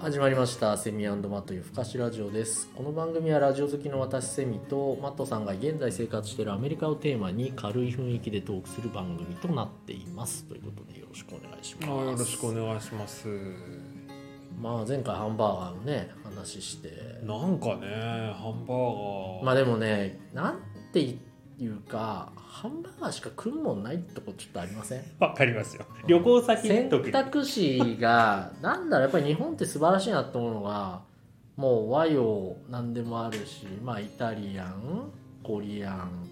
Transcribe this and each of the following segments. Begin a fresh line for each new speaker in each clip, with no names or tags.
始まりましたセミマットいうふかしラジオですこの番組はラジオ好きの私セミとマットさんが現在生活しているアメリカをテーマに軽い雰囲気でトークする番組となっていますということでよろしくお願いします
あよろしくお願いします
まあ前回ハンバーガーのね話して
なんかねハンバーガー、
まあでもねなんていうかハンバーガーしか食うもんないってことちょっとありません
わかりますよ旅行先
選
特に
択肢がなんだろうやっぱり日本って素晴らしいなと思うのがもう和洋何でもあるしまあイタリアンコリアン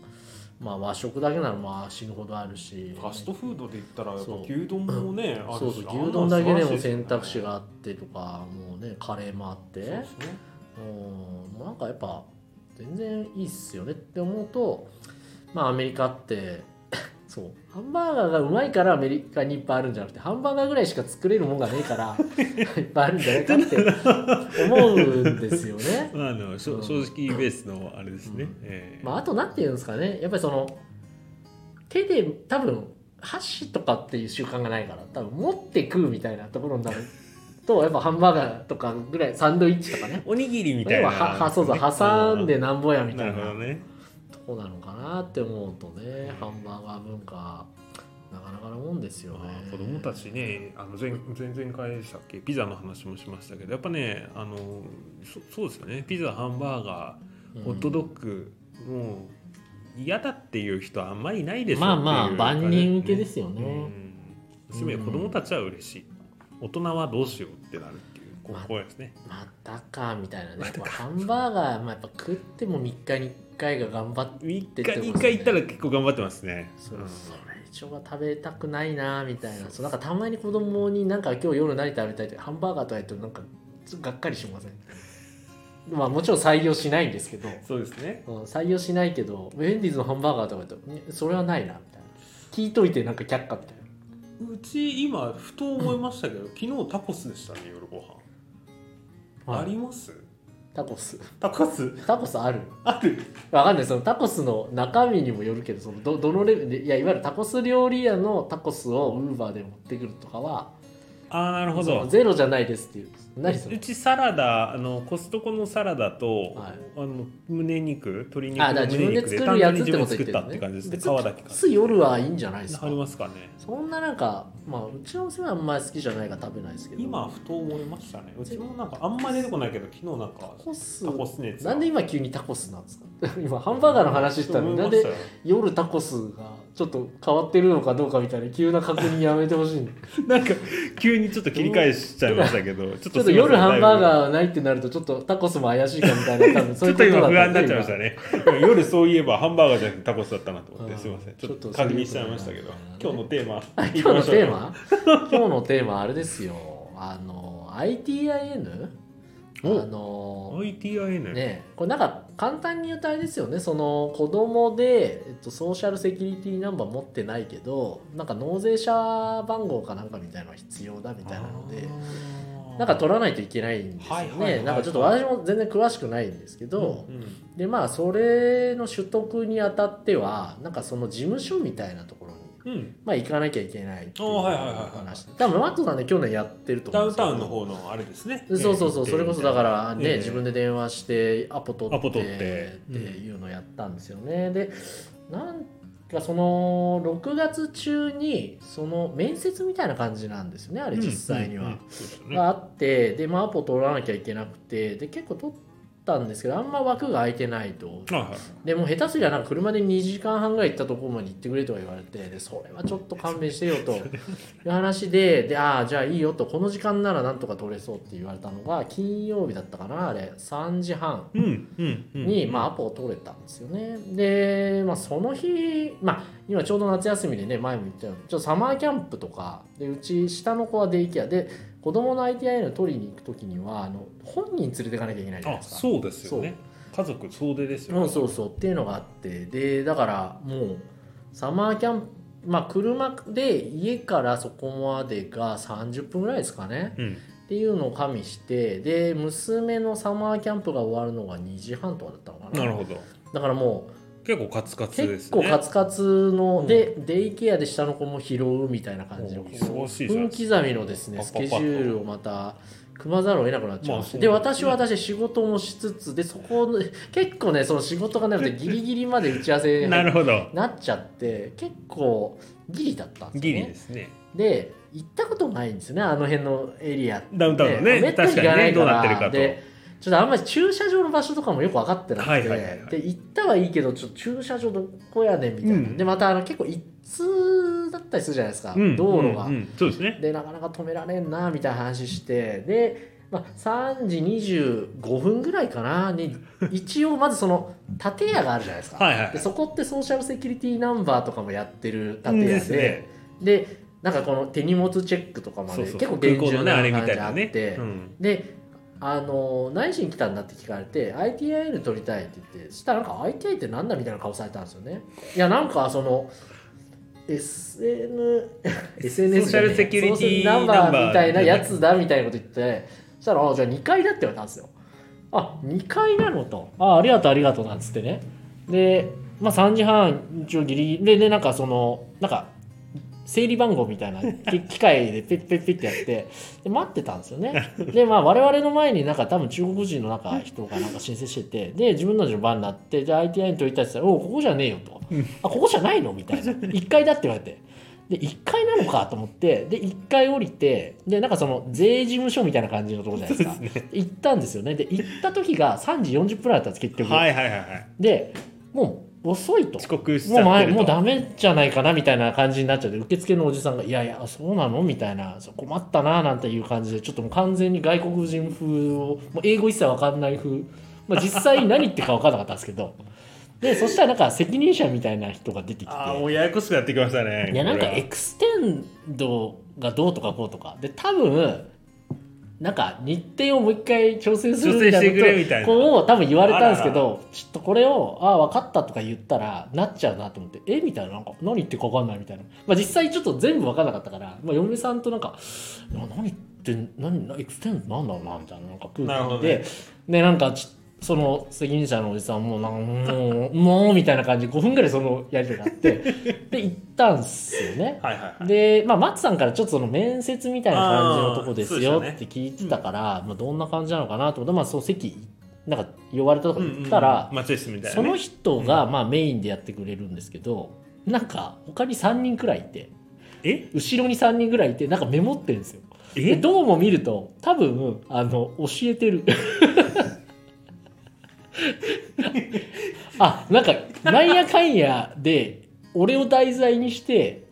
まあ和食だけならまあ死ぬほどあるし
ファストフードで言ったらやっぱ
そう
牛丼もねあるし
そうそう
あんな
牛丼だけでも選択肢
素晴
が
ら
あってとかもうねカレーもあっ
していですねそうですね
うんもうなんかやっぱ全然いいっすよねって思うとまあアメリカって そうハンバーガーがうまいからアメリカにいっぱいあるんじゃなくてハンバーガーぐらいしか作れるもんがねえから いっぱいあるんじゃないかって思うんですよね。
まああのしょ
うん
正直ベースのあれですね、
うん
ええ
まあ、あと何て言うんですかねやっぱりその手で多分箸とかっていう習慣がないから多分持って食うみたいなところになるとやっぱハンバーガーとかぐらいサンドイッチとかね
おにぎりみたい
要
な、
はははそうそう挟んでなんぼやみた
ないるほ
な
どね
とこなのかなって思うとね、ハンバーガー文化なかなかのもんですよね
まあ、子供たちねあの前前々回でしたっけピザの話もしましたけどやっぱねあのそそうですよねピザハンバーガーホットドッグ、もう嫌だっていう人はあんまりいないでしょ
まあまあ
っていうかね
万人受けですよね
うん娘
うん
子供たちは嬉しい大人はどうしようってなるっていうこ
まあ
これですね、
またかみたいなね、
またか
ハンバーガー、まあ、やっぱ食っても3日に1回が頑張って
3
って
日
ことですね
に1回行ったら結構頑張ってますね
そううんそれ以上は食べたくないなみたいなそうなんかたまに子供になんか今日夜何食べたいってハンバーガーとか言うとなんかちょっとがっかりしませんまあもちろん採用しないんですけど、
そうですね
うん、採用しないけどウェンディーズのハンバーガーとか言うとねそれはないなみたいな聞いといてなんか却下みたいな
うち今ふと思いましたけど、昨日タコスでしたね夜ご飯、あります
タコス
タコス
タコスある
ある
わかんないそのタコスの中身にもよるけどそのどどのレベルでいやいわゆるタコス料理屋のタコスをウーバーで持ってくるとかは
ああなるほ
その
ど
ゼロじゃないですっていう何そうれ
ちサラダあのコストコのサラダと、
はい
あの胸肉鶏肉
あだから
の
自
胸
分で
肉
作
で
るやつって
単純に
こ
自
と言っる
分で作ってたって感じです
別
ね
に
皮だけ
タコス夜はいいんじゃないです
買
か
ありますかね
そんななんかまあうちの娘はあんまり好きじゃないから食べないですけど
今ふと思いましたねうちもなんかあんまり出てこないけど昨日なんか
タコス
タコス熱
なんで今急にタコスなんですか 今ハンバーガーの話したのになんで夜タコスがちょっと変わってるのかどうかみたいな急な確認やめてほしいんで
なんか急にちょっと切り返しちゃいましたけ どちょっ
ちょっと夜ハンバーガー
ー
はないってなるとちょっとタコスも怪しいかみたいな多分
ち
そうい
ょ
う
っ
こととだ
今
んで
不安になっちゃいましたね夜そういえばハンバーガーじゃなくてタコスだったなと思って
うん
すいませんちょっ
ちょ
と
っと
確認しちゃいましたけど今日のテーマ
あ今日のテーマ 今日のテーマあれですよあの ITIN? あ
お
の
ITIN
ねこれなんか簡単に言うとあれですよねその子供で、えっと、ソーシャルセキュリティナンバー持ってないけどなんか納税者番号かなんかみたいなのが必要だみたいなので
あー
なんか取らないといけないんですよ
はい
ね、
はいはいはい
なんかちょっと私も全然詳しくないんですけど、
うんうん
でまあそれの取得にあたってはなんかその事務所みたいなところに、
うん
まあ、行かなきゃいけないっていう
あーはいはいはいはい
話多分マットさんね去年やってると
ダ
思うん
ウン
です
タ
よ
ウンの方のあれですね
そうそうそう、それこそだからね、
ええ
自分で電話してアポ取って
アポ取って
っていうのをやったんですよね、でなんかその6月中にその面接みたいな感じなんですよねあれ実際には、
うんうんうんそうですよね
があってで、まあ、アポ取らなきゃいけなくてで結構取ったんですけどあんま枠が空いてないと
はいはい
でもう下手すりゃなんか車で2時間半ぐらい行ったところまで行ってくれとか言われてでそれはちょっと勘弁してよ という話ででああじゃあいいよとこの時間ならなんとか取れそうって言われたのが金曜日だったかなあれ3時半
うんうんうん
に、まあ、アポを取れたんですよねで、まあ、その日、まあ、今ちょうど夏休みでね前も言ったようにちょっとサマーキャンプとかでうち下の子はデイケアで子供の ITI の取りに行く時にはあの本人連れていかなきゃいけないじゃない
あ
ですか。
そうですよね家族総出ですよ
うん、そうそうっていうのがあってでだからもうサマーキャンプまあ車で家からそこまでが30分ぐらいですかね
うん
っていうのを加味してで娘のサマーキャンプが終わるのが2時半とかだったのかな
なるほど
だからもう
結構カツカツで
結
すね
構カツカツの、
うん
でデイケアで下の子も拾うみたいな感じの
お
こ
ー
う
忙しいじゃん
分刻みのですね
パ
ス
ッパ
ケ
ッ
ジ
パッと
ュールをまた組まざるを得なくなっちゃいまし
まあそ
て
う
で私は私で仕事もしつつでそこの結構ねその仕事がなくてギリギリまで打ち合わせ
な
に
るほど
なっちゃって結構ギリだったんです
ギ
よ
リ
ね
で。すね
で行ったことないんですよねあの辺のエリアって
ダウンタウンのね
めったに
確
行かな
かに
い
ねど
か
うな
ら
ってるかと
でちょっとあんまり駐車場の場所とかもよく分かってなくて、
はいはいはいはい
で行ったはいいけどちょっと駐車場どこやねんみたいな、
うん
でまたあの結構一通だったりするじゃないですか、
うん
道路が、
うんうんそうですね
でなかなか止められんなみたいな話してで、まあ、3時25分ぐらいかなに一応まずその建屋があるじゃないですか、
はいはいはい
でそこってソーシャルセキュリティナンバーとかもやってる建屋で。
ですね
でなんかこの手荷物チェックとかま
そ
で
うそう
結構
空
厳
港
重
のね
な
あ
感
れ
じ
みたい
あ
な
っ
ね
て、
うん
であの「何しに来たんだ?」って聞かれて「ITIL 取りたい」って言ってそしたらなんか「ITI ってなんだ?」みたいな顔されたんですよねいやなんかその SN SNS じゃねえ
ソーシャルセキュリティ
ソーシャルナンバ
ナンバ
ー
ー
みたいなやつだみたいなこと言ってそしたらあ「じゃあ2階だ」って言われたんですよあ2階なのとあありがとうありがとうなんつってねで、まあ、3時半一応ギリギリででなんかそのなんか整理番号みたいなき 機械でペッペッペッってやってで待ってたんですよねでまあ我々の前になんか多分中国人のなんか人がなんか申請しててで自分たちの番になってじゃあ ITI に取りたいって言ったら「おうここじゃねえよ」と「あここじゃないの?」みたいな「1階だ」って言われて。で1階なのかと思ってで1階降りてでなんかその税事務所みたいな感じのところじゃないですか行ったんですよねで行った時が3時40分だったんです結局、
はいはいはいはい
でもう遅いと
遅刻しち
もう
ゃって
前
ると
もうダメじゃないかなみたいな感じになっちゃって受付のおじさんが「いやいやそうなの?」みたいなそう困ったななんていう感じでちょっともう完全に外国人風をもう英語一切わかんない風、まあ、実際何言ってるかわかんなかったんですけどでそしたらなんか責任者みたいな人が出てきて
ああもうややこしくなってきましたね
いやなんか
これは
エクステンドがどうとかこうとかで多分なんか日程をもう一回調整するみた
調整してくれ
い
みた
な
いな
ことを多分言われたんですけ
あ
どちょっとこれを「ああ分かった」とか言ったらなっちゃうなと思って「えみたいななんか何言ってるか分かんないみたいな、まあ、実際ちょっと全部分かんなかったから、まあ、嫁さんとなんか「な何言ってん何なエクステンドなんだろうな」みたいななんか空
なるほど
気
ね
で、でなんかちその責任者のおじさんもなんもうもうみたいな感じで5分ぐらいそのやり取りがあ ってで行ったんですよね
はいはいはい
で、まあ、松さんからちょっとその面接みたいな感じのとこです
あ
よ
ーそうでしたね
って聞いてたから、まあ、どんな感じなのかなと思って、まあ、その席なんか呼ばれたとか行った
うんうん
ら
う、ん松江市みたいなね
その人がまあメインでやってくれるんですけど、なんか他に3人くらいいて
え
後ろに3人くらいいてなんかメモってるんですよ。で
え
どうも見ると多分あの教えてるあなんかなんやかんやで俺を題材にして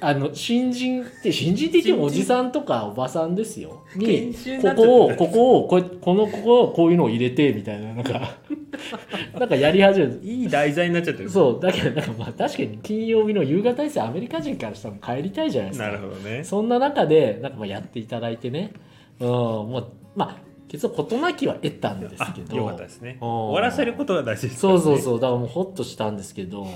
あの新人って新人って言ってもおじさんとかおばさんですよに
研修に
こ
なっちゃってる
こをここをこうこのここをこういうのを入れてみたいななんか なんかやり始める
いい題材になっちゃってる
そうだけどなんかまあ確かに金曜日の夕方ですよアメリカ人からしたらもう帰りたいじゃないですか
なるほどね
そんな中で、なんかまあやっていただいてね、うん、もう、まあ、結論事なきは得たんです
あ
けど、
よかったですね
うん
終わらせることが大事ですから
そ
ね
うそうそう、だからもうほっとしたんですけど、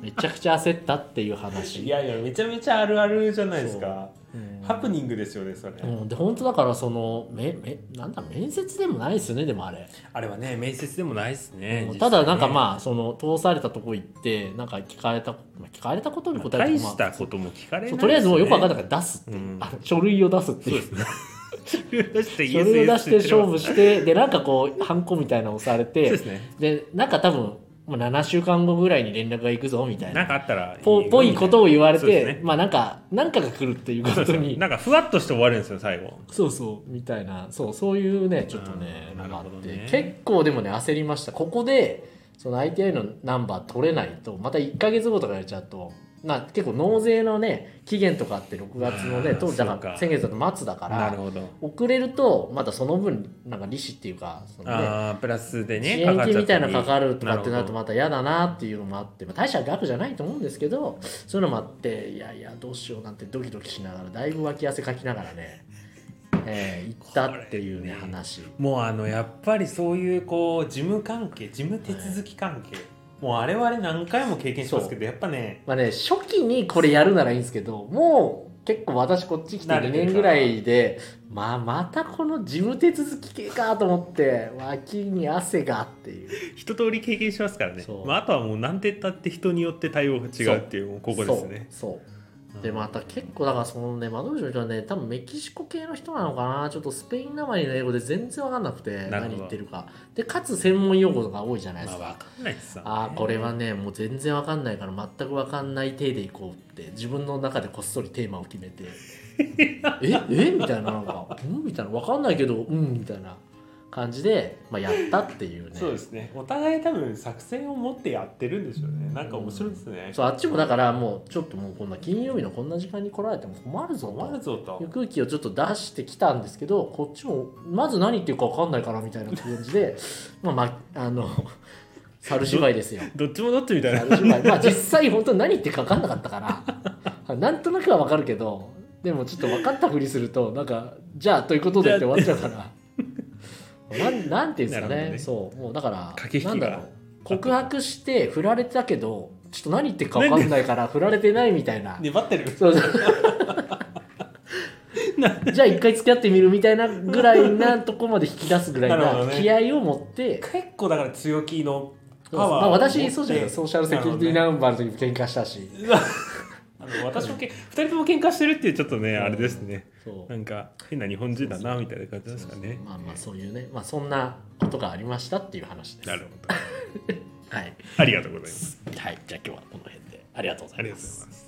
めちゃくちゃ焦ったっていう話。
いやいやめちゃめちゃあるあるじゃないですか
うん
ハプニングですよねそれ、
うん、で本当だからそのめめなんだ面接でもないですよねでもあれ、
あれはね面接でもないですね
ただなんかまあその通されたとこ行ってなんか聞かれたまあ聞かれたことに
実
答
際
え
ね
て
大したことも聞かれない
そうとりあえずもうよく分かん
な
ないから出すっていう、
うん
あの書類を出すっていう
い出して
書類を出して勝負
し
してでなんかこうハンコみたいなの押され
そうで
て
すね
でなんか多分まあ7週間後ぐらいに連絡が行くぞみたい
な
な
んかあったら
ぽぽいことを言われ
そうで
て、
すね
まあなんかなんかが来るっていうこ
そう
と
そう
に
なんかふわっとして終わるんですよ最後
そうそうみたいなそうそういうねちょっとね
うん
のがあって
なるほどね
結構でもね焦りましたここでその ITI のナンバー取れないとまた1か月後とかやっちゃうとな結構納税のね期限とかあって6月の
あ
ね
ー
当時だか
そう
ら
か
先月だと末だから
なるほど
遅れるとまたその分なんか利子っていうかその、ね、
ああプラスでね
支援金みたいなのかかるとかってなると
ま
また嫌だなっていうのもあって、まあ、大した額じゃないと思うんですけどそういうのもあっていやいやどうしようなんてドキドキしながらだいぶ脇汗かきながらね、えー行ったっていうね
これね
話
もうあのやっぱりそういうこう事務関係事務手続き関係、もう我々何回も経験してますけどやっぱね
まあね初期にこれやるならいいんですけどもう結構私こっち来て
慣れ
2
てるから
年ぐらいでまあまたこの事務手続き系かと思って脇に汗がっていう
一通り経験しますからね
そ、う
まあ、あとはもう何て言ったって人によって対応が違うっていうもうここですね
そうそうでまた結構だからそのね窓口の人はね多分メキシコ系の人なのかなちょっとスペインなまりの英語で全然わかんなくて
なるほど
何言ってるかでかつ専門用語とか多いじゃないで
ますあ
か、
わかんないです
ああこれはねもう全然わかんないから全くわかんない体でいこうって自分の中でこっそりテーマを決めて ええみたいななんかうんみたいなわかんないけどうんみたいな感じで、まあ、やったっていうね
そうですねお互い多分作戦を持ってやってるんでしょうねなんか面白いですね、
そうあっちもだからもうちょっともうこんな金曜日のこんな時間に来られても困るぞ
困るぞと
いう空気をちょっと出してきたんですけどこっちもまず何言ってるか分かんないからみたいな感じで まあまああ の猿芝居ですよ
どっちもどっちみたいな
猿芝居まあ実際本当に何言ってるか分かんなかったから なんとなくは分かるけどでもちょっと分かったふりするとなんかじゃあということでって終わっちゃうから なんなんていうんですか
なる
ね
ほどね
そうもうだから
駆け引き
な
が
んだろう告白して振られたけどちょっと何言ってるか分かんない から振られてないみたいな
粘ってる
そうそうじゃあ一回付き合ってみるみたいなぐらいなとこまで引き出すぐらい
なるほど
な
ね
気合を持って、
結構だから強気のパ
ま
ワー
あ、
を持って
私そうじゃないソーシャルセキュリティナンバーの時も喧嘩したし、
あの私もけ2人とも喧嘩してるっていうちょっとね
うん
あれですね
そう
なんか変な日本人だなみたいな感じですかね
まあまあそういうね、まあ、そんなことがありましたっていう話です
なるほど
はい、
ありがとうございます
はい、じゃあ今日はこの辺でありがとうござ
あ
い
りが
ま
とうご
す
ざいます